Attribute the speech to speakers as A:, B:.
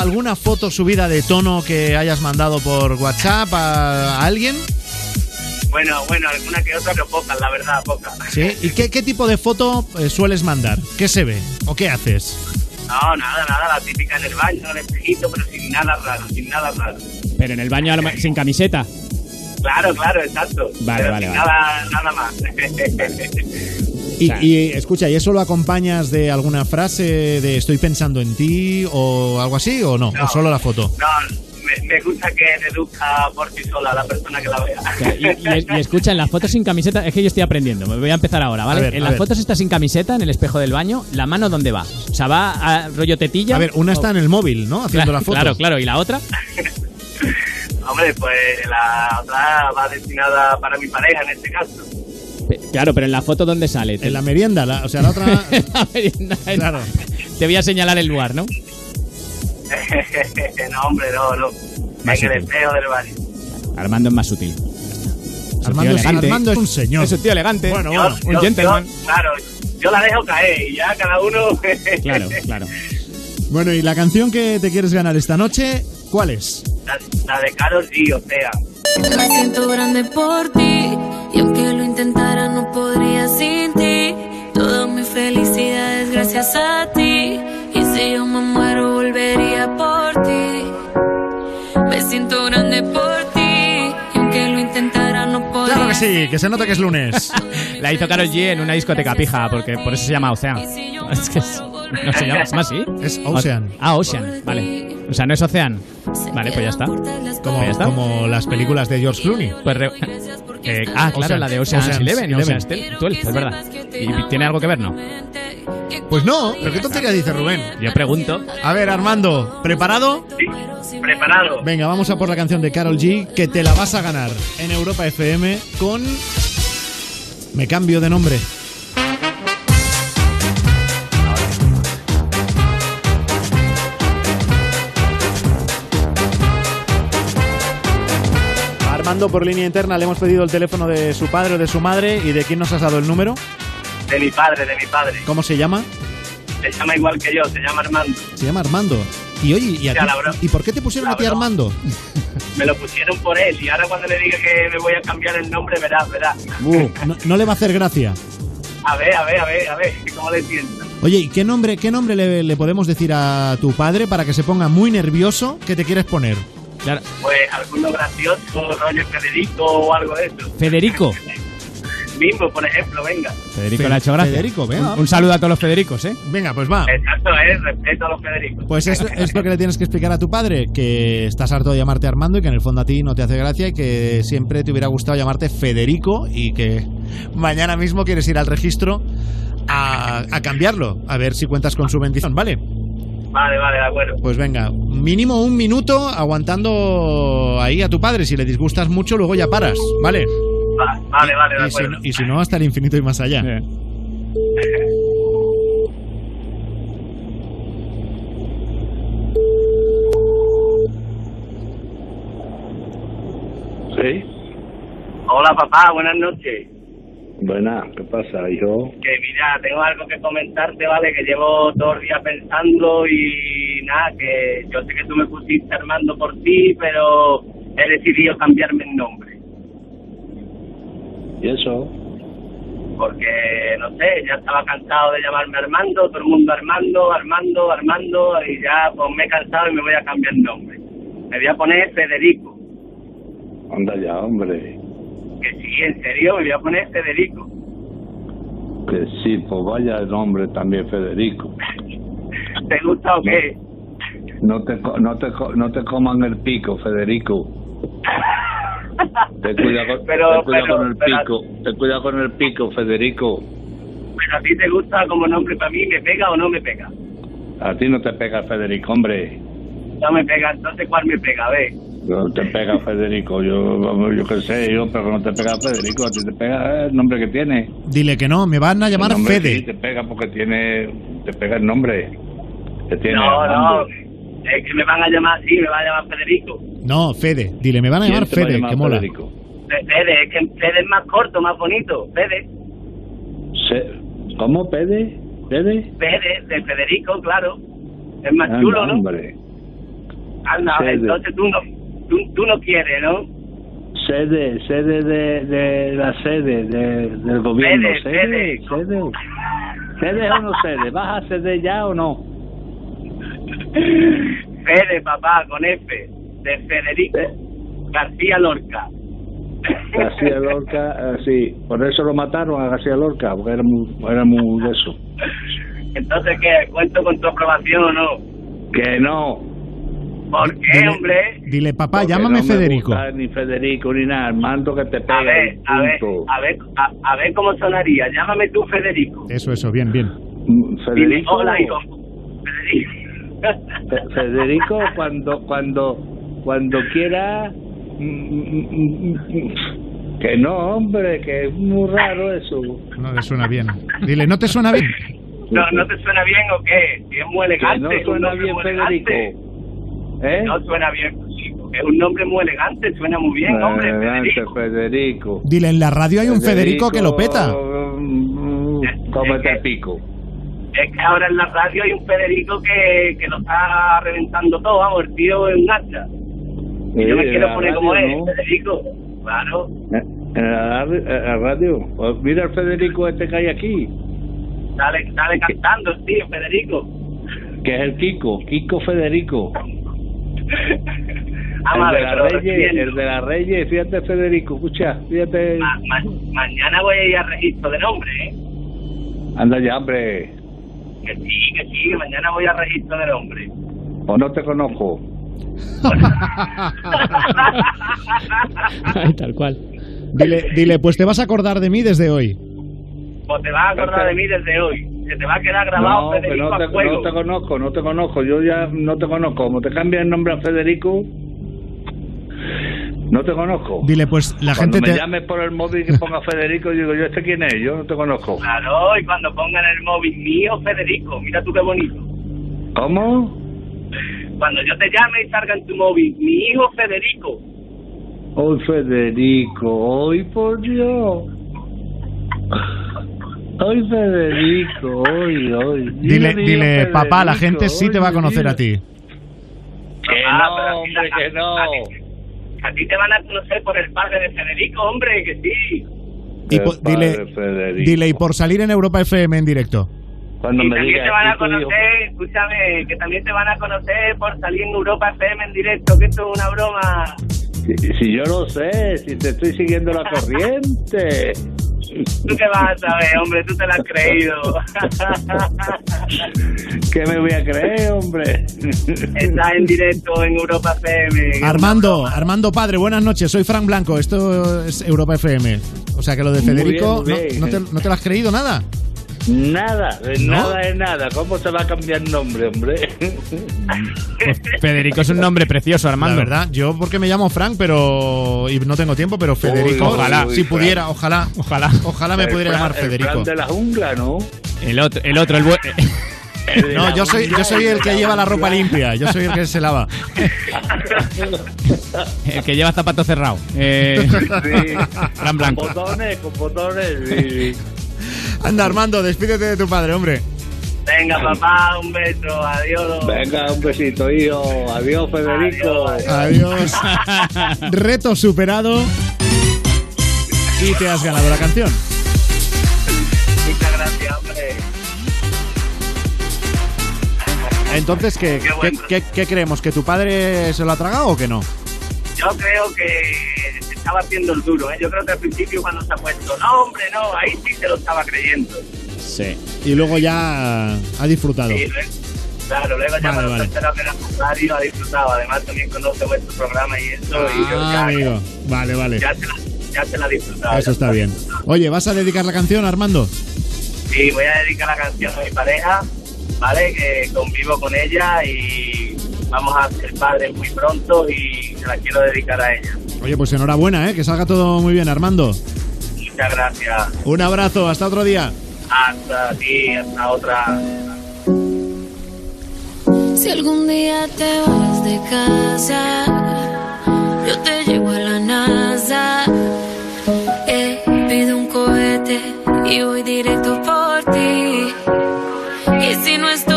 A: ¿Alguna foto subida de tono que hayas mandado por WhatsApp a, a alguien?
B: Bueno, bueno, alguna que otra, pero pocas, la verdad, pocas.
A: ¿Sí? ¿Y qué, qué tipo de foto eh, sueles mandar? ¿Qué se ve? ¿O qué haces?
B: No, nada, nada, la típica en el baño, en el espejito, pero sin nada raro, sin nada raro.
C: Pero en el baño a lo ma- sin camiseta.
B: Claro, claro, exacto.
C: Vale,
B: pero
C: vale,
B: sin
C: vale.
B: Nada, nada más.
A: Y,
C: O sea-
A: y, escucha, ¿y eso lo acompañas de alguna frase de estoy pensando en ti o algo así o no? ¿O
B: No.
A: solo la foto?
B: no, me, me gusta que deduzca por sí sola la persona que la vea.
C: O sea, y, y- y escucha, en las fotos sin camiseta, es que yo estoy aprendiendo, me voy a empezar ahora, ¿vale?
A: A ver,
C: en
A: a
C: las
A: ver.
C: fotos está sin camiseta, en el espejo del baño, ¿la mano dónde va? O sea, ¿va a rollo tetilla?
A: A ver, una
C: o-
A: está en el móvil, ¿no? Haciendo
C: claro,
A: la foto.
C: Claro, claro, ¿y la otra?
B: Hombre, pues la otra va destinada para mi pareja en este caso.
C: Pe- Claro, pero en la foto ¿dónde sale? Te-
A: En la merienda, la- o sea, la otra...
C: La merienda.
A: Claro.
C: Te voy a señalar el lugar, ¿no?
B: no, hombre, no, no.
C: Más
B: en el
C: útil.
B: espejo del baño.
C: Armando es más sutil. Es un tío
A: Armando, es,
C: elegante.
A: Armando es un señor.
C: Es un tío elegante.
A: Bueno,
B: Yo-
A: bueno.
C: un
B: yo-
C: gentleman.
B: yo- claro, yo la dejo caer y ya cada uno...
C: Claro, claro.
A: Bueno, ¿y la canción que te quieres ganar esta noche? ¿Cuál es?
B: La, la de Carol G, o sea.
D: Me siento grande por ti y aunque lo intentara no podría sin ti. Toda mi felicidad es gracias a ti y si yo me muero volvería por ti. Me siento grande por ti y aunque lo intentara no podría.
A: Claro que sí, que se nota que es lunes.
C: La hizo Karol G en una discoteca pija, porque por eso se llama Ocean.
D: Y si yo
C: Es que es-
D: me muero,
C: no se llama, ¿se llama así?
A: Es Ocean.
C: Ah, Ocean, vale. O sea, no es Ocean.
D: Se
C: Vale, pues ya está.
D: quedan cortas las
A: Como,
C: Pues ya está.
A: como las películas de George Clooney.
C: Pues re-
D: Gracias porque
C: Eh, ah,
D: estás
C: claro,
A: Ocean's-
C: la de Ocean's,
A: Ocean's
C: Eleven,
A: Eleven.
C: Ocean's Tel- 12, es verdad. ¿Y tiene algo que ver, no?
A: Pues no, pero qué tontería dice Rubén.
C: Yo pregunto.
A: A ver, Armando, ¿preparado?
B: Sí, preparado.
A: Venga, vamos a por la canción de Carol G, que te la vas a ganar en Europa FM con... Me cambio de nombre. Armando, por línea interna, le hemos pedido el teléfono de su padre o de su madre y de quién nos has dado el número.
B: De mi padre, de mi padre.
A: ¿Cómo se llama?
B: Se llama igual que yo, se llama Armando.
A: Se llama Armando. Y oye, ¿y, a
B: Ya,
A: ti-
B: la bro-
A: ¿y por qué te pusieron
B: la
A: a ti
B: bro-
A: Armando?
B: Me lo pusieron por él y ahora cuando le diga que me voy a cambiar el nombre, verás, verás.
A: No, no le va a hacer gracia.
B: A ver, a ver, a ver, a ver, ¿cómo le siento?
A: Oye, ¿y qué nombre, qué nombre le, le podemos decir a tu padre para que se ponga muy nervioso que te quieres poner?
C: Claro.
B: Pues alguno gracioso, rollo Federico o algo de eso.
C: Federico.
B: Mismo, por ejemplo, venga.
C: Federico
A: Fe-
C: le ha hecho gracia.
A: Federico, venga.
C: Un, un saludo a todos los Federicos, ¿eh?
A: Venga, pues va.
B: Exacto, es, respeto a los Federicos.
A: Pues es, es lo que le tienes que explicar a tu padre, que estás harto de llamarte Armando y que en el fondo a ti no te hace gracia y que siempre te hubiera gustado llamarte Federico y que mañana mismo quieres ir al registro a, a cambiarlo, a ver si cuentas con su bendición, ¿vale?
B: Vale, vale, de acuerdo.
A: Pues venga, mínimo un minuto aguantando ahí a tu padre. Si le disgustas mucho, luego ya paras, ¿vale?
B: Va- vale, vale, de
A: Y si,
B: acuerdo.
A: no, y si no, hasta el infinito y más allá.
C: Eh.
E: Sí,
B: Hola, papá, buenas noches.
E: buena, ¿qué pasa, hijo?
B: Que mira, tengo algo que comentarte, ¿vale? Que llevo todo el día pensando y nada, que yo sé que tú me pusiste armando por ti, pero he decidido cambiarme el nombre.
E: ¿Y eso?
B: Porque, no sé, ya estaba cansado de llamarme Armando, todo el mundo Armando, Armando, Armando, y ya pues me he cansado y me voy a cambiar el nombre. Me voy a poner Federico.
E: Anda ya, hombre.
B: Que sí, en serio, me voy a poner Federico.
E: Que sí, pues vaya el hombre también, Federico.
B: ¿Te gusta o qué?
E: No te, co- no te, co- no te coman el pico, Federico. Te cuida con,
B: Pero-
E: te cuida
B: pero-
E: con el
B: pero-
E: pico, te cuida con el pico, Federico.
B: Pero a ti te gusta como nombre para mí, ¿me pega o no me pega?
E: A ti no te pega Federico, hombre.
B: No me pega, entonces ¿cuál me pega? A ver.
E: No te pega Federico, yo, yo qué sé, yo, pero no te pega Federico, a ti te pega el nombre que tiene.
A: Dile que no, me van a llamar
E: El nombre
A: Fede.
E: sí te pega porque tiene, te pega el nombre. Que tiene
B: No, no,
E: Armando.
B: es que me van a llamar así, me van a llamar Federico.
A: No, Fede. Dile, me van a
E: ¿Quién
A: llamar
E: te va a
A: Ah, Fede,
E: llamar
A: que mola.
E: Federico?
B: Fe- Fede, es que Fede es más corto, más bonito. Fede,
E: Se- ¿Cómo, Pede? ¿Pede?
B: Fede, de Federico, claro. Es más
E: Anda,
B: chulo, ¿no?
E: hombre.
B: Anda,
E: Sede.
B: entonces tú no, tú, tú no quieres, ¿no?
E: Sede, sede de, de la sede de- del gobierno.
B: Sede,
E: Sede,
B: sede.
E: sede. Sede o no sede. ¿Vas a sede ya o no?
B: Fede, papá, con F, de Federico
E: Eh.
B: García Lorca.
E: García Lorca, eh, sí. Por eso lo mataron a García Lorca, porque era muy, era muy de eso.
B: Entonces, ¿qué? ¿Cuento con tu aprobación o no?
E: Que no.
B: ¿Por qué,
A: Dile-
B: Eh, hombre?
A: Dile, papá,
E: porque
A: llámame
E: no me
A: Federico.
E: gusta ni Federico, ni nada. Armando que te pega.
B: A ver,
E: y
B: a ver,
E: punto.
B: a ver, a, a ver cómo sonaría. Llámame tú Federico.
A: Eso, eso, bien, bien.
E: Mm,
B: Dile,
E: Federico.
B: hola, hijo. Federico.
E: Fe- Federico, cuando, cuando, cuando quiera. mm, mm, mm, mm, mm, Que no, hombre, que es muy raro eso.
A: No le suena bien. Dile, ¿no te suena bien?
B: No, ¿No te suena bien o qué? Si es muy
E: Que
B: elegante.
E: no
B: es un
E: suena
B: nombre
E: bien,
B: muy
E: Federico.
B: elegante.
E: ¿Eh?
B: No suena bien, Federico. Es un nombre muy elegante, suena muy bien, hombre,
E: Adelante,
B: Federico.
E: Federico.
A: Dile, en la radio hay un Federico que lo peta.
E: mm, mm, Cómete el pico.
B: Es que ahora en la radio hay un Federico que, que lo está reventando todo, vamos, el tío es un hacha. Y yo me
E: Sí,
B: quiero
E: la
B: poner
E: radio,
B: como él,
E: ¿no?
B: Federico. Claro.
E: Eh, En la, radio- en la radio. Oh, Mira el Federico este que hay aquí,
B: Sale, sale cantando el tío, Federico.
E: que es el Kiko, Kiko Federico.
B: Vamos a
E: el, de
B: ver, pero
E: la Reyes,
B: recién-
E: el de la Reyes, fíjate Federico, escucha, fíjate.
B: ma- ma- mañana voy a ir al registro de nombre, ¿eh?
E: Anda ya, hombre,
B: Que sí, que sí, que mañana voy al registro de nombre.
E: o no te conozco.
C: Ay, Tal cual.
A: Dile, dile, pues te vas a acordar de mí desde hoy.
B: Pues te vas a acordar de mí desde hoy. Se te va a quedar grabado
E: no, que
B: Federico
E: no te,
B: a fuego.
E: no te conozco, no te conozco, yo ya no te conozco. Como te cambia el nombre a Federico, no te conozco.
A: Dile, pues la
E: Cuando
A: gente
E: me
A: te.
E: llames por el móvil que ponga Federico, yo digo, ¿yo este quién es? Yo no te conozco.
B: Ah. Claro, y cuando pongan el móvil mío, Federico, mira tú qué bonito.
E: ¿Cómo?
B: Cuando yo te llame y salga en tu móvil, mi hijo Federico.
E: Hoy Federico, hoy por Dios. Hoy Federico, hoy, hoy.
A: Dile, dile, papá, la gente sí te va a conocer a ti.
E: Que
B: Ah,
E: no,
B: pero a ti la-
E: hombre, que no.
B: A ti, a ti te van a conocer por el padre de Federico, hombre, que sí.
A: Y
E: El
A: po-
E: padre
A: dile,
E: Federico.
A: dile, y por salir en Europa FM en directo.
E: Cuando
B: y
E: me
B: también
E: diga,
B: te van a
E: "Aquí tu hijo".
B: conocer, escúchame, que también te van a conocer por salir en Europa FM en directo, que esto es una broma.
E: Si, si yo lo sé, si te estoy siguiendo la corriente.
B: ¿Tú qué vas a saber, hombre? Tú te la has creído.
E: ¿Qué me voy a creer, hombre?
B: Estás en directo en Europa FM.
A: Armando, Armando Padre, buenas noches. Soy Frank Blanco. Esto es Europa FM. O sea que lo de
E: Muy
A: Federico,
E: bien, muy bien.
A: No, no te, no te lo has creído nada.
E: Nada, de
A: ¿No?
E: nada de nada. ¿Cómo se va a cambiar nombre, hombre?
C: Pues Federico es un nombre precioso, Armando.
A: La verdad, yo porque me llamo Frank, pero. Y no tengo tiempo, pero Federico.
E: Uy,
A: ojalá,
E: uy,
A: si
E: Frank.
A: pudiera, ojalá.
C: Ojalá.
A: Ojalá me
E: El
A: pudiera
E: Fran-
A: llamar
E: el Fran
A: Federico.
E: de la jungla, ¿no?
C: El otro, el otro, el bue-
E: El de
A: No,
E: la
A: yo soy,
E: jungla,
A: yo soy el
E: de
A: que lleva la ropa
E: jungla.
A: limpia. Yo soy el que se lava.
C: el que lleva zapato cerrado. Eh,
E: Sí.
C: Fran Blanco.
E: Con botones, con botones. sí, sí.
A: Anda, Armando, despídete de tu padre, hombre.
B: Venga, papá, un beso, adiós.
E: Venga, un besito, hijo. Adiós, Federico.
B: Adiós.
A: Adiós. Reto superado. Y te has ganado la canción.
B: Muchas gracias, hombre.
A: Entonces, ¿qué,
B: Qué bueno.
A: qué- qué- qué creemos? ¿Que tu padre se lo ha tragado o que no?
B: Yo creo que se estaba haciendo el duro, ¿eh? Yo creo que al principio cuando se ha puesto, no, hombre, no, ahí sí se lo estaba creyendo.
A: Sí. Y luego ya ha disfrutado.
B: Sí, luego- claro, luego ya
A: Vale,
B: cuando
A: vale.
B: se ha enterado que era contrario, ha disfrutado. Además, también conoce vuestro programa y eso, y yo
A: Ah,
B: ya,
A: amigo. Vale, vale.
B: ya se la, ya se la ha disfrutado.
A: Eso está
B: ya se la ha
A: bien.
B: disfrutado.
A: Oye, ¿vas a dedicar la canción, Armando?
B: Sí, voy a dedicar la canción a mi pareja, ¿vale? Que convivo con ella y vamos a ser padres muy pronto y se la quiero dedicar a ella.
A: Oye, pues enhorabuena, ¿eh? Que salga todo muy bien, Armando.
B: Muchas gracias.
A: Un abrazo, hasta otro día.
B: Hasta ti, hasta otra.
D: Si algún día te vas de casa, yo te llevo a la NASA. Eh, pido un cohete y voy directo por ti. Y si no estoy